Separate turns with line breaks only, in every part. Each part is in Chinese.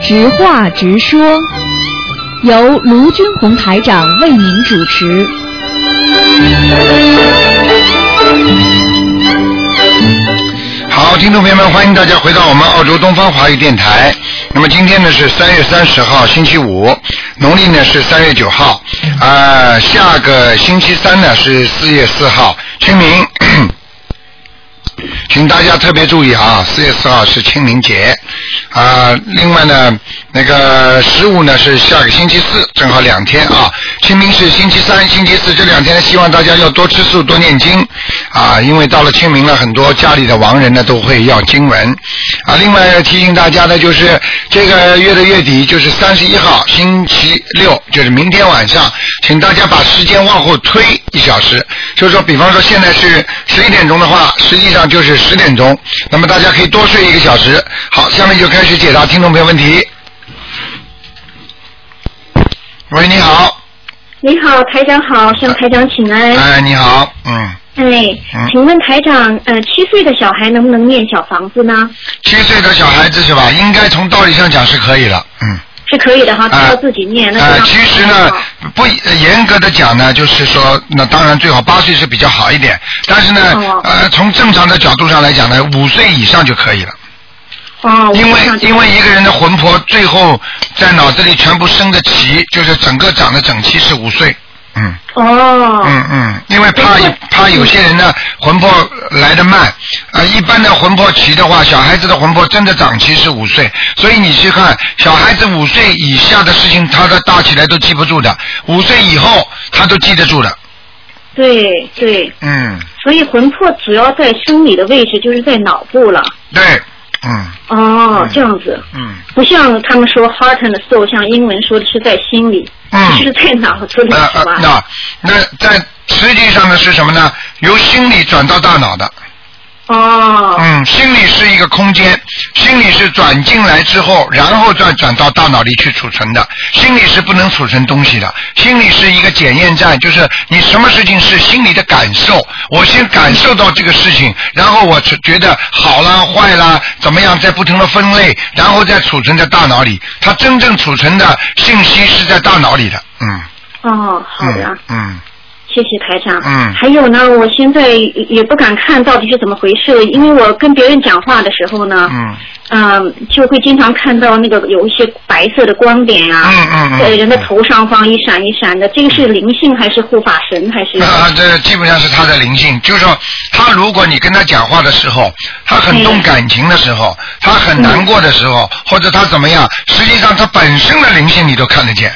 直话直说，由卢军红台长为您主持。
好，听众朋友们，欢迎大家回到我们澳洲东方华语电台。那么今天呢是三月三十号，星期五，农历呢是三月九号，啊、下个星期三呢是四月四号，清明。 请大家特别注意啊，四月四号是清明节啊、另外呢，那个十五呢是下个星期四，正好两天啊。清明是星期三、星期四这两天，希望大家要多吃素、多念经啊，因为到了清明了，很多家里的亡人呢都会要经文啊。另外要提醒大家呢，就是这个月的月底就是三十一号星期六，就是明天晚上，请大家把时间往后推一小时，就是说，比方说现在是十一点钟的话，实际上就是十点钟，那么大家可以多睡一个小时。好，下面就开始解答听众朋友问题。喂，你好，
你好，台长好，向台长请安。
哎，你好，啊嗯，
哎，请问台长，呃，七岁的小孩能不能念小房子呢？
七岁的小孩子是吧？应该从道理上讲是可以了，嗯。
是可以的哈，
啊
他要自己念。那
呃，
就
其实呢，不呃严格的讲呢，就是说，那当然最好八岁是比较好一点，但是呢，
哦
呃，从正常的角度上来讲呢，五岁以上就可以了，
哦，我
因为
知道
因为一个人的魂魄最后在脑子里全部升得齐，就是整个长得整齐是五岁，嗯。
哦，
嗯嗯，因为怕
对
怕有些人呢魂魄来得慢，呃，一般的魂魄齐的话，小孩子的魂魄真的长齐是五岁，所以你去看小孩子五岁以下的事情，他的大起来都记不住的，五岁以后他都记得住的。
对对，
嗯，
所以魂魄主要在生理的位置，就是在脑部了。
对，嗯
哦
嗯，
这样子，
嗯
不像他们说 heart and soul，像英文说的是在心里，
嗯
是在脑子里
呃
是
呃，
吧？
那那在实际上呢是什么呢？由心理转到大脑的。
哦，
嗯，心理是一个空间，心理是转进来之后，然后再转到大脑里去储存的。心理是不能储存东西的，心理是一个检验站，就是你什么事情是心理的感受，我先感受到这个事情，然后我觉觉得好啦、坏啦、怎么样，在不同的分类，然后再储存在大脑里。它真正储存的信息是在大脑里的。嗯，
哦，好的。
嗯嗯，
谢谢台长。
嗯
还有呢，我现在也不敢看到底是怎么回事，因为我跟别人讲话的时候呢，
嗯，
嗯、就会经常看到那个有一些白色的光点啊，
嗯嗯嗯
在人的头上方一闪一闪的，这个是灵性还是护法神还 是？
啊，这基本上是他的灵性，就是说，他如果你跟他讲话的时候，他很动感情的时候，他很难过的时候，或者他怎么样，实际上他本身的灵性你都看得见。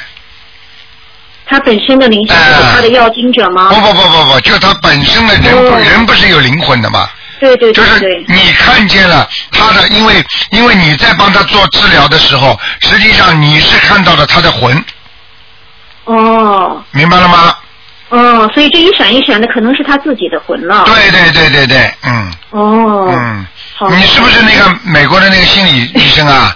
他本身的灵性是他的要经者吗？
不不不不不，就他本身的人，
哦
人不是有灵魂的吗？
对对
就
对
是
对，
你看见了他的，因为因为你在帮他做治疗的时候，实际上你是看到了他的魂，
哦
明白了吗？
哦，所以这一闪一闪的可能是他自己的魂了。
对对对对对，嗯
哦，
嗯，
好。
你是不是那个美国的那个心理医生啊？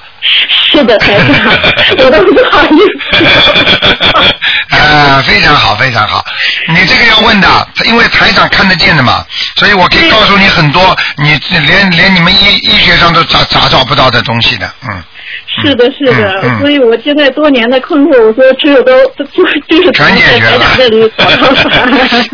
是的，台 长，我都不好意思。
呃，非常好，非常好。你这个要问的，因为台长看得见的嘛，所以我可以告诉你很多你连连你们医医学上都查查找不到的东西的，嗯，
是的，是的，
嗯嗯
所以我现在多年的困惑，我说只有都都都就是从
全解决
台
了。
长这里找到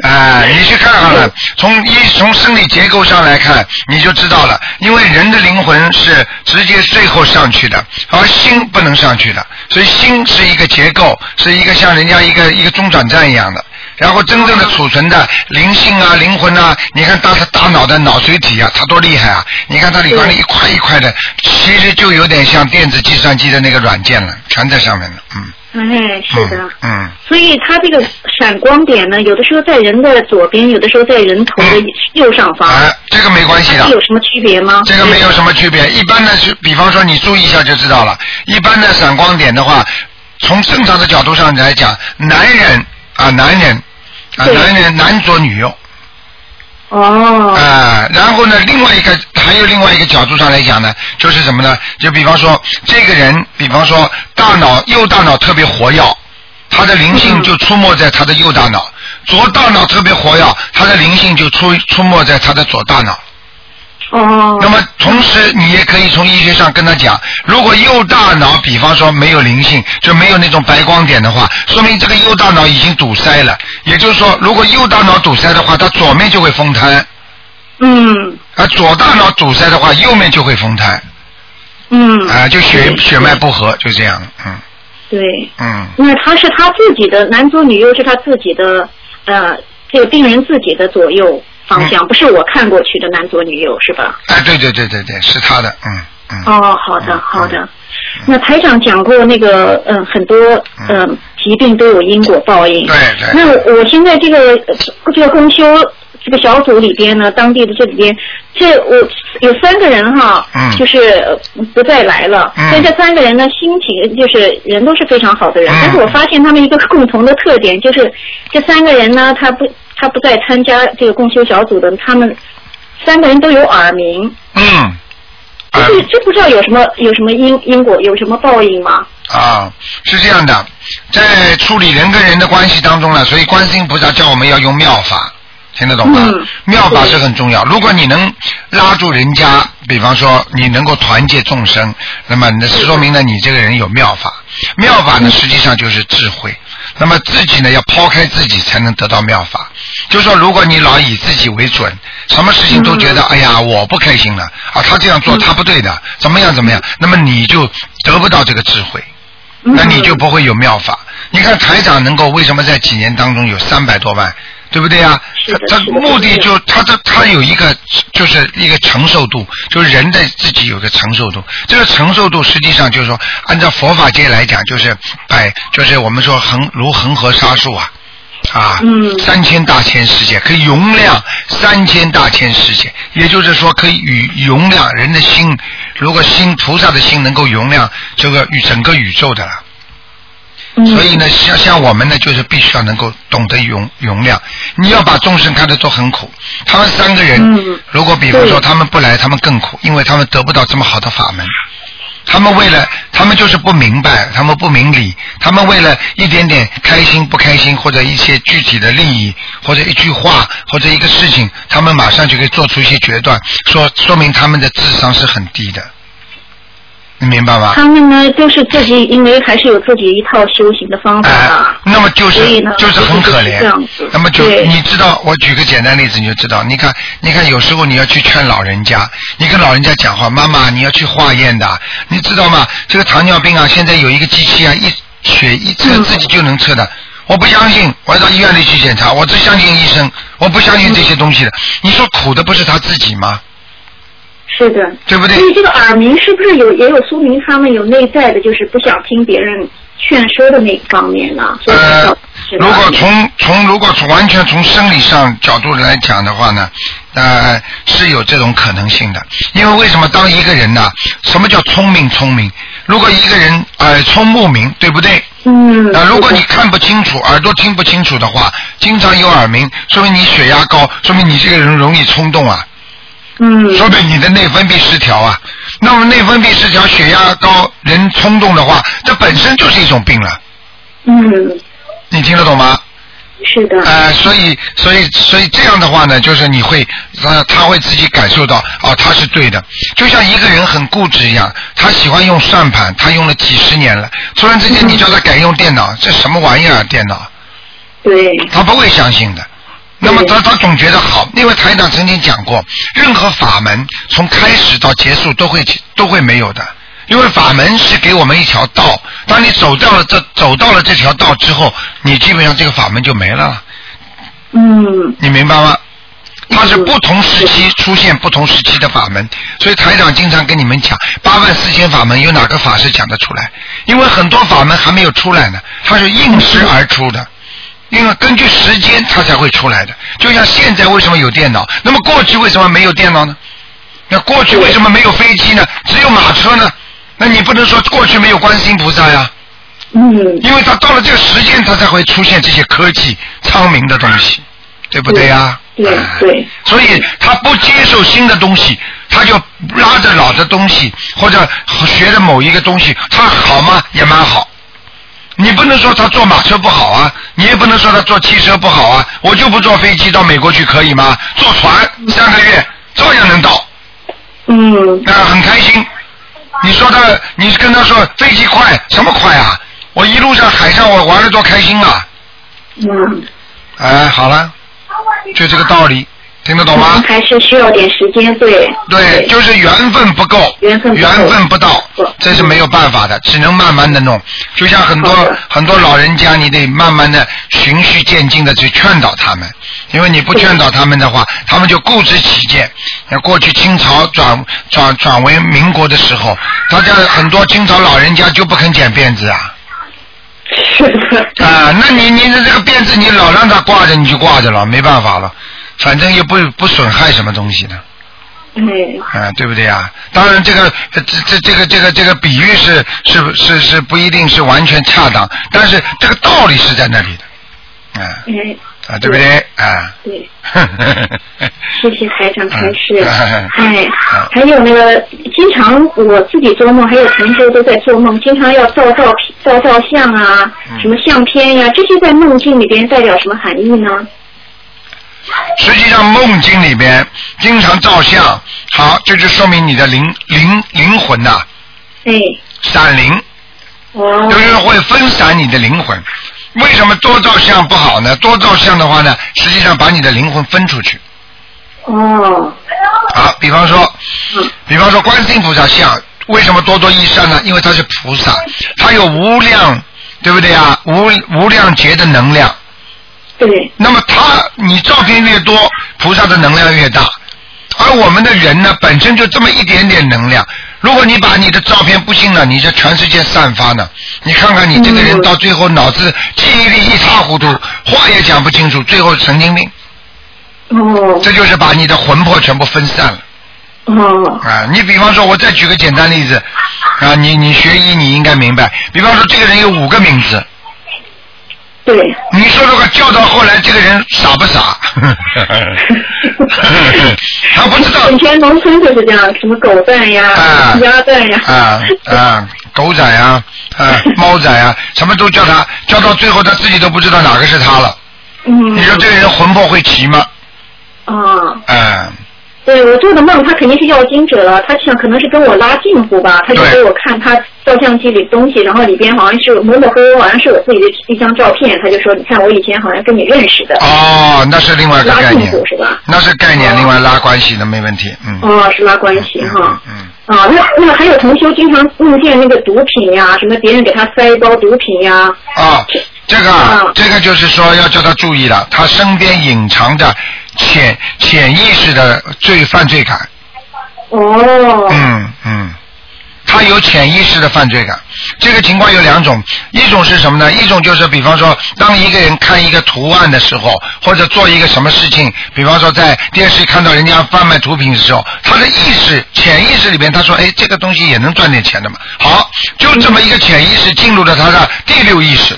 哎、你去看好了，从一从生理结构上来看，你就知道了，因为人的灵魂是直接最后上去的，而心不能上去的，所以心是一个结构，是一个像人家一个一个中转站一样的。然后真正
嗯
的储存的灵性啊、灵魂啊，你看大大脑的脑髓体啊，它多厉害啊！你看它里边一块一块的，其实就有点像电子计算机的那个软件了，全在上面了。嗯，
哎，是的。
嗯，嗯
所以它这个闪光点呢，有的时候在人的左边，有的时候在人头的
嗯
右上方，
哎、这个没关系的。
它是有什么区别吗？
这个没有什么区别。一般的是，比方说你注意一下就知道了。一般的闪光点的话，从正常的角度上来讲，男人啊，男人啊，
对
男人男左女右
哦
啊、，然后呢，另外一个还有另外一个角度上来讲呢，就是什么呢？就比方说这个人，比方说大脑右大脑特别活跃，他的灵性
嗯
就出没在他的右大脑；左大脑特别活跃，他的灵性就出出没在他的左大脑。
哦
那么同时，你也可以从医学上跟他讲，如果右大脑，比方说没有灵性，就没有那种白光点的话，说明这个右大脑已经堵塞了。也就是说，如果右大脑堵塞的话，它左面就会封瘫；
嗯
而左大脑堵塞的话，右面就会封瘫。
嗯
啊、就血血脉不和，就这样。嗯
对，
嗯，
因为他是他自己的男左女右是他自己的呃这个病人自己的左右方
嗯
向，不是我看过去的男左女右是吧？
哎，对对对对对，是他的。嗯嗯。
哦，好的
嗯
好的。那台长讲过那个，嗯，很多嗯疾病都有因果报应。
对对
那我我现在这个呃这个公修这个小组里边呢，当地的这里边，这我有三个人哈，
嗯
就是呃不再来了。
嗯
但这三个人呢，心情就是人都是非常好的人，
嗯
但是我发现他们一个共同的特点就是，这三个人呢，他不他不再参加这个共修小组的，他们三个人都有耳鸣。
嗯。
这是这不知道有什么有什么因因果有什么报应吗？
啊，是这样的，在处理人跟人的关系当中呢，所以观世音菩萨叫我们要用妙法，听得懂吗？
嗯
妙法是很重要。如果你能拉住人家，比方说你能够团结众生，那么那说明呢你这个人有妙法。妙法呢实际上就是智慧。那么自己呢要抛开自己才能得到妙法。就说如果你老以自己为准，什么事情都觉得、哎呀我不开心了啊，他这样做他不对的，怎么样怎么样，那么你就得不到这个智慧。
嗯
那你就不会有妙法。你看台长能够为什么在几年当中有三百多万，对不对呀、
是的
他他
是的
目的
是的
就他这他有一个就是一个承受度，就是人的自己有个承受度。这个承受度实际上就是说，按照佛法界来讲，就是百就是我们说恒如恒河沙数啊。啊，
嗯
三千大千世界可以容量三千大千世界，也就是说可以与容量人的心，如果心菩萨的心能够容量这个宇整个宇宙的了。
嗯
所以呢，像像我们呢，就是必须要能够懂得容容量。你要把众生看得都很苦，他们三个人，
嗯
如果比方说
对
他们不来，他们更苦，因为他们得不到这么好的法门。他们为了，他们就是不明白，他们不明理，他们为了一点点开心不开心，或者一些具体的利益，或者一句话，或者一个事情，他们马上就可以做出一些决断，说说明他们的智商是很低的，你明白吗？
他们呢，就是自己因为还是有自己一套修行的方法
哎
吧，。
那么就是
啊所以呢
就是很可
就是
怜
这样子，
那么就
对
你知道，我举个简单例子你就知道，你看你看有时候你要去劝老人家，你跟老人家讲话，妈妈你要去化验的，你知道吗？这个糖尿病啊，现在有一个机器啊，一血一测
嗯
自己就能测的。我不相信，我要到医院里去检查。我只相信医生，我不相信这些东西的。你说苦的不是他自己吗？
是的。
对不对
所？以这个耳鸣是不是有也有说明他们有内在的，就是不想听别人劝说的那一方面呢？所以才
呃
导，致了
如果从从如果从完全从生理上角度来讲的话呢，呃，是有这种可能性的。因为为什么当一个人呢、什么叫聪明？聪明，如果一个人耳聪目明，对不对？
嗯，
那、如果你
是的
看不清楚，耳朵听不清楚的话，经常有耳鸣，说明你血压高，说明你这个人容易冲动啊，
嗯
说明你的内分泌失调啊。那么内分泌失调、血压高、人冲动的话，这本身就是一种病了。
嗯
你听得懂吗？
是 的，
呃，所以所以所以这样的话呢，就是你会呃，他会自己感受到哦，他是对的。就像一个人很固执一样，他喜欢用算盘，他用了几十年了，突然之间你叫他改用电脑，这什么玩意儿啊？电脑，
对
他不会相信的。那么他他总觉得好，因为台长曾经讲过，任何法门从开始到结束都会都会没有的，因为法门是给我们一条道，当你走到了这走到了这条道之后，你基本上这个法门就没了。
嗯
你明白吗？它是
嗯
不同时期出现不同时期的法门，所以台长经常跟你们讲，八万四千法门有哪个法师讲得出来？因为很多法门还没有出来呢，它是应时而出的，因为根据时间它才会出来的。就像现在为什么有电脑，那么过去为什么没有电脑呢？那过去为什么没有飞机呢？只有马车呢？那你不能说过去没有观世音菩萨呀？
嗯
因为它到了这个时间，它才会出现这些科技昌明的东西，对不对呀、
对对
哎
对
所以他不接受新的东西，他就拉着老的东西，或者学的某一个东西，他好吗？也蛮好。你不能说他坐马车不好啊，你也不能说他坐汽车不好啊。我就不坐飞机到美国去可以吗？坐船三个月照样能到，
嗯
那呃很开心。你说他，你跟他说飞机快什么快啊？我一路上海上我玩的多开心啊！
嗯，
哎，好了，就这个道理，听得懂吗？
嗯还是需要点时间，对。
对，就是缘分不够，
缘分不够
不到
不够，
这是没有办法的，只能慢慢的弄。就像很
好
多
的
很多老人家，你得慢慢的循序渐进的去劝导他们，因为你不劝导他们的话，他们就固执己见。那过去清朝转转转为民国的时候，大家很多清朝老人家就不肯剪辫子啊。
是的。
啊，那你你的这个辫子你老让它挂着，你就挂着了，没办法了，反正又不不损害什么东西的，
嗯
啊，对不对啊？当然这个呃这这这个这个这个比喻是是是是不一定是完全恰当，但是这个道理是在那里的，啊
嗯，
啊，对不对？啊，
对。
呵呵呵呵
谢谢台长开 示。
嗯
哎
嗯，
还有那个，经常我自己做梦，还有同学都在做梦，经常要照照片、照照相啊，
嗯
什么相片呀、这些在梦境里边代表什么含义呢？
实际上梦境里边经常照相，好，这就说明你的灵灵灵魂呐、
哎，
闪灵。
哦
就，是会分散你的灵魂。为什么多照相不好呢？多照相的话呢，实际上把你的灵魂分出去。
哦，
啊，比方说，
嗯
比方说观世音菩萨像，为什么多多益善呢？因为它是菩萨，它有无量，对不对啊？无无量劫的能量。
对，
那么它，你照片越多，菩萨的能量越大。而我们的人呢，本身就这么一点点能量。如果你把你的照片不信了，你这全世界散发呢？你看看你这个人
嗯
到最后脑子记忆力一塌糊涂，话也讲不清楚，最后神经病。
哦，
这就是把你的魂魄全部分散了
哦，
啊！你比方说，我再举个简单例子啊，你你学医你应该明白。比方说，这个人有五个名字，
对，
你说如果叫到后来，这个人傻不傻？ 他不知道
以前农村就是这样，什么狗蛋呀、
啊
鸭蛋呀，
啊啊，狗仔啊，啊猫仔啊，什么都叫他，叫到最后他自己都不知道哪个是他了。
嗯，
你说这个人魂魄会齐吗？
啊。
嗯，
对我做的梦，他肯定是要经者了，他想可能是跟我拉近乎吧，他就
对
给我看他照相机里东西，然后里边好像是模模糊糊，好像是我自己的一张照片，他就说你看我以前好像跟你认识的，
哦，那是另外一个概
拉近
念
乎，是吧？
那是概念，
哦
另外拉关系的没问题，嗯。
哦，是拉关系
嗯
哈。
嗯嗯
啊，那那还有同修经常梦见那个毒品呀、什么别人给他塞一包毒品呀、
啊，这个啊
嗯
这个就是说要叫他注意了，他身边隐藏着潜潜意识的罪犯罪感。
哦，
嗯，嗯，他有潜意识的犯罪感。这个情况有两种，一种是什么呢？一种就是，比方说，当一个人看一个图案的时候，或者做一个什么事情，比方说在电视看到人家贩卖毒品的时候，他的意识、潜意识里面，他说：“哎，这个东西也能赚点钱的嘛。”好，就这么一个潜意识进入了他的第六意识。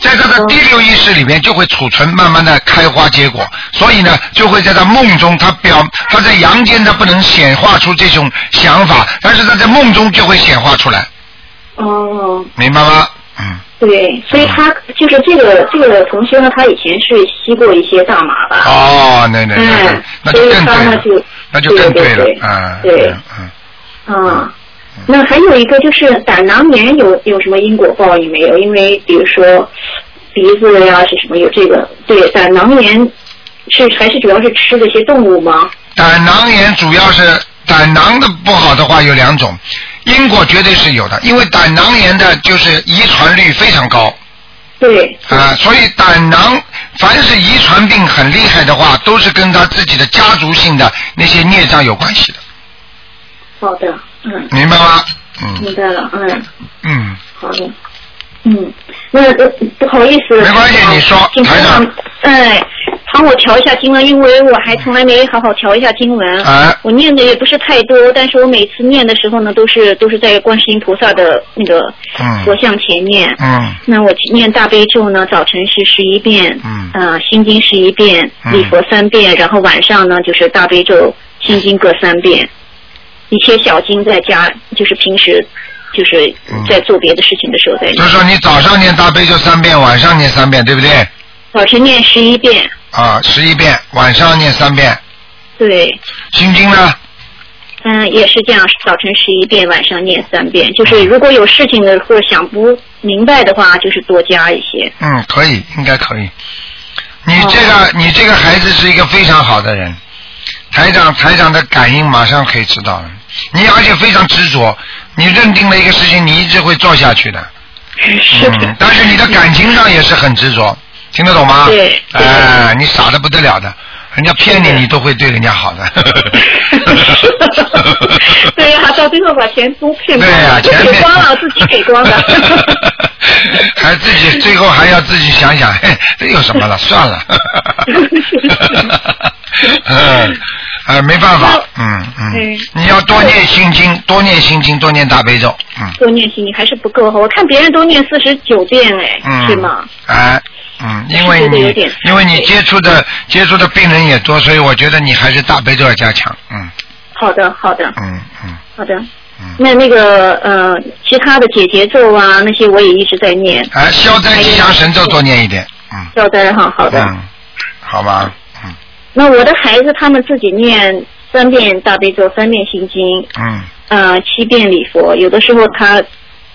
在他的第六意识里面就会储存，慢慢的开花结果，所以呢，就会在他梦中，他表他在阳间他不能显化出这种想法，但是他在梦中就会显化出来，嗯
哦，
明白吗？嗯，
对，所以他就是这个这个同修呢，他以前是吸过一些大麻吧。
哦，那那那
嗯
那就更对了
所以他呢就，
那就更对嗯了
对对，对
嗯，
对
嗯嗯，
啊，那还有一个就是胆囊炎有有什么因果报应没有？因为比如说鼻子呀、是什么有这个？对，胆囊炎是还是主要是吃这些动物吗？
胆囊炎主要是胆囊的不好的话有两种，因果绝对是有的，因为胆囊炎的就是遗传率非常高。
对，
啊，所以胆囊凡是遗传病很厉害的话，都是跟他自己的家族性的那些孽障有关系的，
好的，嗯，
明白吗？
明
嗯
白了，嗯，
嗯，
好的。嗯，那呃不好意思，呃
没关系
台长
你说
请
台长
长，哎，帮我调一下经文，因为我还从来没好好调一下经文。
哎
我念的也不是太多，但是我每次念的时候呢，都是都是在观世音菩萨的那个
嗯
佛像前念。
嗯
那我念大悲咒呢，早晨是十一遍，
嗯
呃，心经十一遍，
嗯
礼佛三遍，然后晚上呢就是大悲咒、心经各三遍，一些小经在家，就是平时就是
嗯
在做别的事情的时候在念
就是说你早上念大悲咒三遍，晚上念三遍，对不对？
早晨念十一遍，
啊，十一遍，晚上念三遍，
对，
心经呢？
嗯，也是这样，早晨十一遍，晚上念三遍。就是如果有事情的或者想不明白的话，就是多加一些。
嗯，可以，应该可以。你这
哦
个、你这个孩子是一个非常好的人，台长台长的感应马上可以知道了。你而且非常执着，你认定了一个事情，你一直会做下去的。
是的，
嗯，但是你的感情上也是很执着，听得懂吗？
对
哎、
对
你傻的不得了的，人家骗你，你都会对人家好 的。
对呀、到最后把钱都骗
对
光
呀、
了，都
前面
给光了， 自己给光了。
还自己最后还要自己想想，嘿，这有什么了？算 了。嗯，呃，没办法，嗯嗯
嗯，
你要多念心经，多念心经，多念大悲咒，嗯
多念心经还是不够哈，我看别人都念四十九遍哎，
嗯，
是吗？？
哎。嗯，因为
是觉得有
你
点
因为你接触的接触的病人也多，所以我觉得你还是大悲咒要加强。嗯
好的，好的，
嗯嗯
好的。
嗯。
那那个呃，其他的解结咒啊那些我也一直在念，
哎，消灾吉祥神咒多念一点。嗯。
消灾哈，好的。
嗯，好吧。嗯
那我的孩子他们自己念三遍大悲咒，三遍心经，
嗯。
呃，七遍礼佛，有的时候他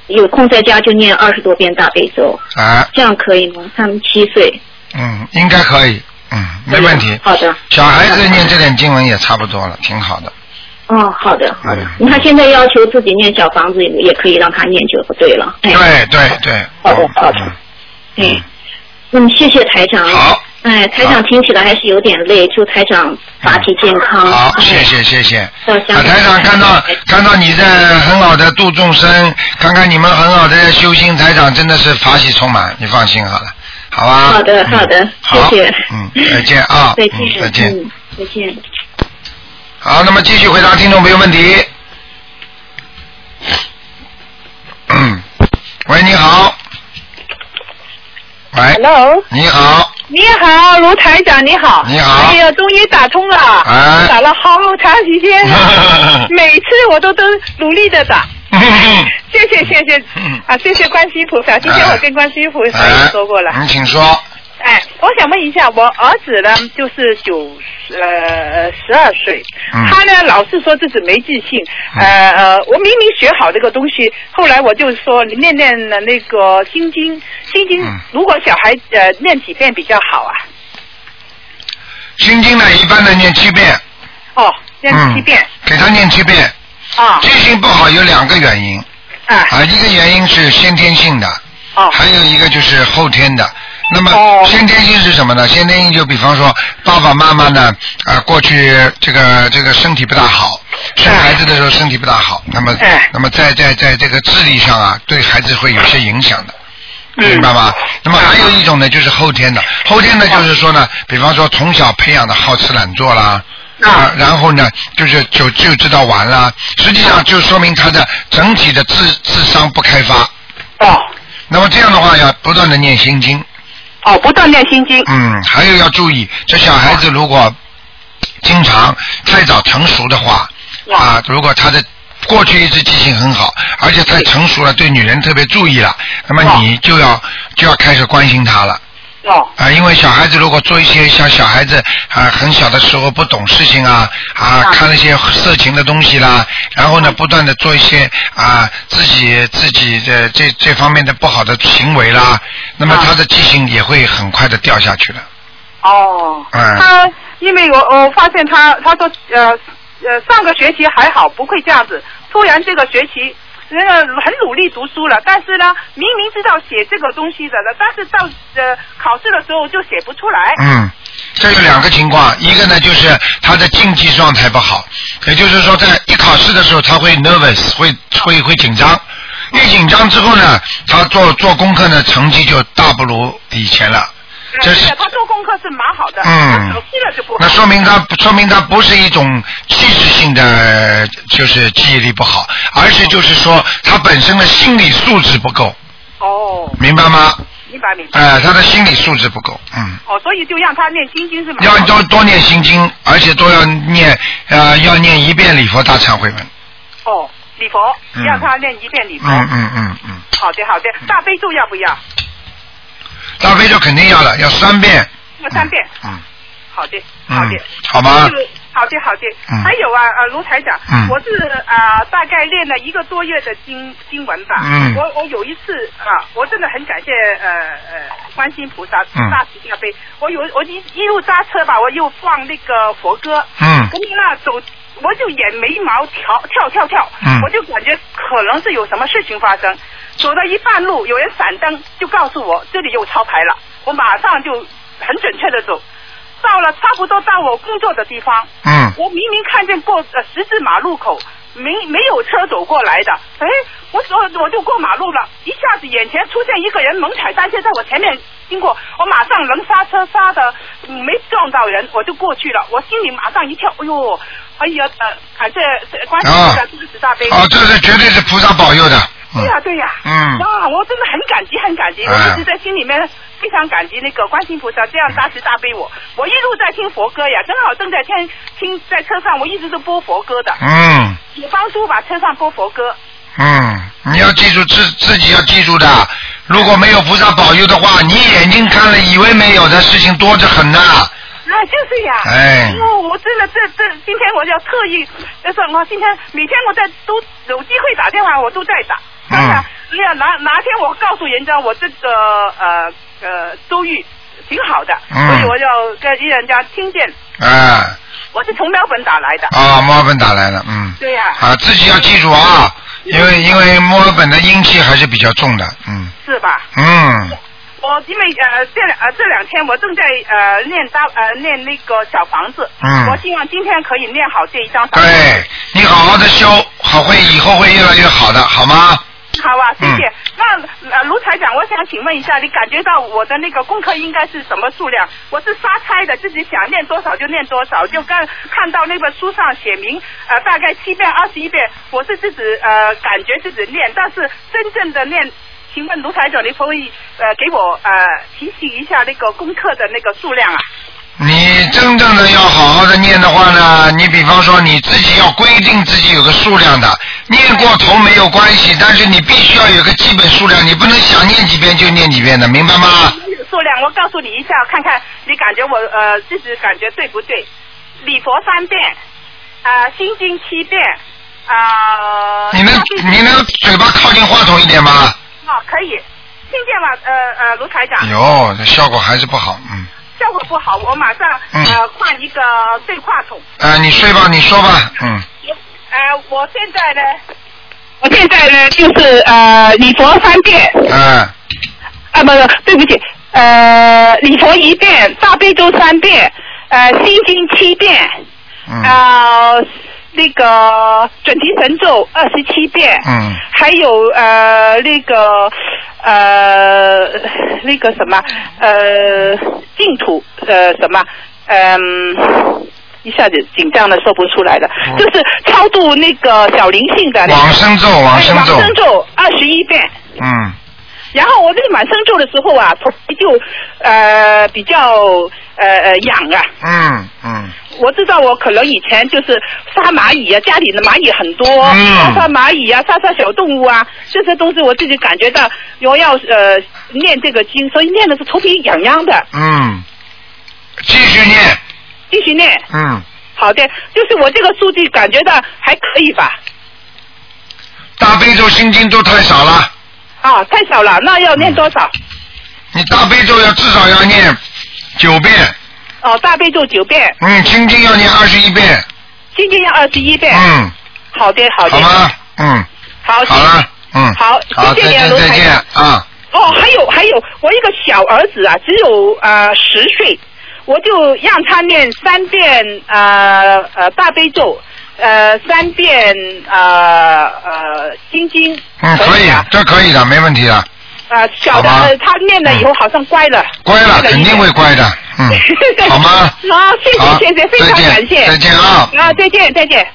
有空在家就念二十多遍大悲咒，
啊，
这样可以吗？他们七岁，
嗯，应该可以，嗯，没问题。
好的，
小孩子念这点经文也差不多了，挺好的。
哦，好的，好的
嗯。
你看现在要求自己念小房子，也可以让他念就不对了。哎，
对对对。
好的嗯好的哎，那么谢谢台长。
嗯。好，
哎，台
好
长听起来还是有点累，祝台长法体健康。
好，
哎
谢。谢谢谢。
到哎
啊，
香港
台长看到看到你在很好的度众生，看看你们很好的在修心，台长真的是法喜充满，你放心好了，好吧？
好的，好的
嗯，好
谢谢。
嗯，再见啊，
再见，
嗯再见。
嗯，再见。
好，那么继续回答听众朋友问题。嗯，喂，你好。喂，
Hello，
你好，
你好，卢台长，你好。
你好
哎呀，终于打通了，
哎，
打了好长时间了 每次我都都努力的打。谢谢谢谢
嗯
啊！谢谢观世音菩萨。之前
哎
我跟观世音菩萨
哎
也说过了。
你请说。
哎，我想问一下，我儿子呢，就是九呃十二岁，
嗯
他呢老是说自己没记性，呃呃，我明明学好这个东西，后来我就说念念了那个心经，心经
嗯
如果小孩呃念几遍比较好啊？
心经呢，一般的念七遍。
哦，念七遍
嗯、给他念七遍。
啊
记性不好有两个原因
啊
啊，一个原因是先天性的，
哦
还有一个就是后天的。那么
哦
先天性是什么呢？先天性就比方说爸爸妈妈呢，啊、过去这个这个身体不大好，生孩子的时候身体不大好，那么、
哎
那么在在在这个智力上啊，对孩子会有些影响的。
嗯
明白吧？那么还有一种呢，就是后天的。后天呢，就是说呢，比方说从小培养的好吃懒做啦，
啊
啊，然后呢，就是就就知道玩啦。实际上就说明他的整体的智智商不开发。
哦
那么这样的话，要不断的念心经，
哦，不断念心经
嗯，还有要注意，这小孩子如果经常太早成熟的话，
哇
啊，如果他的过去一直记性很好，而且太成熟了，对女人特别注意了，那么
哇
你就要就要开始关心他了。
哦
啊，因为小孩子如果做一些像小孩子啊很小的时候不懂事情啊啊
啊
看那些色情的东西啦，然后呢不断的做一些啊自己自己的这这方面的不好的行为啦，那么
啊
他的记性也会很快的掉下去的。
哦，
嗯
他因为我我发现他他说呃呃上个学期还好不会这样子，突然这个学期那个很努力读书了，但是呢明明知道写这个东西的了，但是到呃考试的时候就写不出来。
嗯，这有两个情况，一个呢就是他的竞技状态不好，也就是说在一考试的时候他会 nervous，会会会紧张，一紧张之后呢，他做做功课呢成绩就大不如以前了。这是
呃他做功课是蛮好的，
嗯
他考试了就不好。
那说明他说明他不是一种气质性的，就是记忆力不好，而是就是说他本身的心理素质不够，
哦，
明白吗？
明白明白。
哎、他的心理素质不够，嗯，
哦，所以就让他念心经是吗？
要多多念心经，而且都要念呃要念一遍礼佛大忏悔文，
哦，礼佛，
嗯
让他念一遍礼佛。
嗯嗯嗯嗯，
好的好的，大悲咒要不要？
大悲咒肯定要了，要三遍，
要三遍。
嗯，
好的，好
嗯
的
嗯，，好吗
就是？好的好的
嗯，
还有啊啊，卢台长，
嗯
我是啊、大概练了一个多月的经经文吧。
嗯
我我有一次啊，我真的很感谢呃呃观世音菩萨
嗯
大慈大悲。我有我一一路揸车吧，我又放那个佛歌，
嗯
跟你那走，我就眼眉毛跳跳跳跳，
嗯
我就感觉可能是有什么事情发生。走到一半路，有人闪灯，就告诉我这里有潮牌了，我马上就很准确的走，到了差不多到我工作的地方，
嗯
我明明看见过呃十字马路口没没有车走过来的，哎，我走我就过马路了，一下子眼前出现一个人猛踩单车在我前面经过，我马上能刹车刹的嗯没撞到人，我就过去了，我心里马上一跳，哎呦，哎呀呃，感谢这关系
啊
大慈大悲。
哦，这是绝对是菩萨保佑的。嗯
对呀、对呀、
嗯
啊，我真的很感激，很感激，我
哎
一直在心里面非常感激那个观世音菩萨这样大慈大悲我。我一路在听佛歌呀，正好正在听听在车上，我一直都播佛歌的，
嗯
也帮助把车上播佛歌。
嗯，你要记住自自己要记住的，如果没有菩萨保佑的话，你眼睛看了以为没有的事情多着很呢。
啊，就是呀。
哎
因为我真的这这，今天我要特意，就是我今天每天我在都有机会打电话，我都在打。
嗯
当然，哎呀，哪哪天我告诉人家我这个呃呃周遇挺好的，
嗯
所以我要跟人家听见，
啊
我是从标本打来的。
啊，墨尔本打来了，嗯。
对呀、
啊，自己要记住啊，因为因为墨尔本的阴气还是比较重的，嗯
是吧？
嗯
我因为呃这两呃这两天我正在呃练大呃练那个小房子，
嗯
我希望今天可以练好这一张，房子。
对你好好的修，好会以后会越来越好的，好吗？
好啊，谢谢。
嗯
那呃卢台长，我想请问一下，你感觉到我的那个功课应该是什么数量？我是瞎猜的，自己想念多少就念多少，就刚看到那本书上写明呃大概七遍二十一遍，我是自己呃感觉自己念，但是真正的念。请问卢台长，你可不可以呃给我呃提醒一下那个功课的那个数量啊？
你真正的要好好的念的话呢，你比方说你自己要规定自己有个数量的，念过头没有关系，但是你必须要有个基本数量，你不能想念几遍就念几遍的，明白吗？
数量，我告诉你一下，看看你感觉我呃自己感觉对不对？礼佛三遍，啊、心经七遍，啊、
你能
大悲咒
你能嘴巴靠近话筒一点吗？
哦，可以，听见吗？呃呃，卢台长，
哟，这效果还是不好，嗯。
效果不好，我马上、
嗯
呃换一个对话筒。
啊，你睡吧，你说吧，嗯。
呃，我现在呢，我现在呢就是呃礼佛三遍，
啊，
啊，不不，对不起，呃，礼佛一遍，大悲咒三遍，呃，心经七遍，
嗯
啊、那个准提神咒二十七遍，
嗯
还有呃那个呃那个什么呃净土呃什么嗯、一下子紧张的说不出来了，
嗯
就是超度那个小灵性的
往生咒，往生咒
哎往，生咒二十一遍。
嗯，
然后我那满生咒的时候啊，头皮就呃比较呃呃痒啊。
嗯嗯，
我知道我可能以前就是杀蚂蚁啊，家里的蚂蚁很多，
嗯
杀杀蚂蚁啊，杀杀小动物啊，这些东西我自己感觉到我要呃念这个经，所以念的是头皮痒痒的，
嗯，继续念，
继续念。
嗯，
好的，就是我这个数据感觉到还可以吧？
大悲咒、心经都太少了，
啊，太少了，那要念多少？
你大悲咒要至少要念九遍，
哦，大悲咒九遍，
嗯，心经要念二十一遍，
心经要二十一遍。
嗯，
好的，好的，
好吗？嗯，
好
好了，嗯，
好
好，再
谢谢你啊
见，
卢
再
台
见
长
啊，
哦，还有还有，我一个小儿子啊，只有呃十岁，我就让他念三遍呃呃大悲咒，呃三遍呃呃心经，
嗯，可以
啊，。
这可以的，没问题的，
呃，小的
好吧嗯
呃他念了以后好像乖了，
乖了，
一
肯定
点，
会。乖的，嗯 好吗？
好，谢
好
谢谢谢，非常
再见
感谢。
再见啊
啊，再见再见。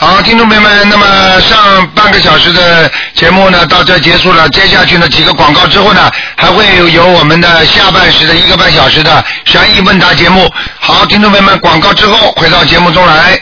好，听众朋友们，那么上半个小时的节目呢，到这结束了。接下去呢，几个广告之后呢，还会有我们的下半时的一个半小时的悬疑问答节目。好，听众朋友们，广告之后回到节目中来。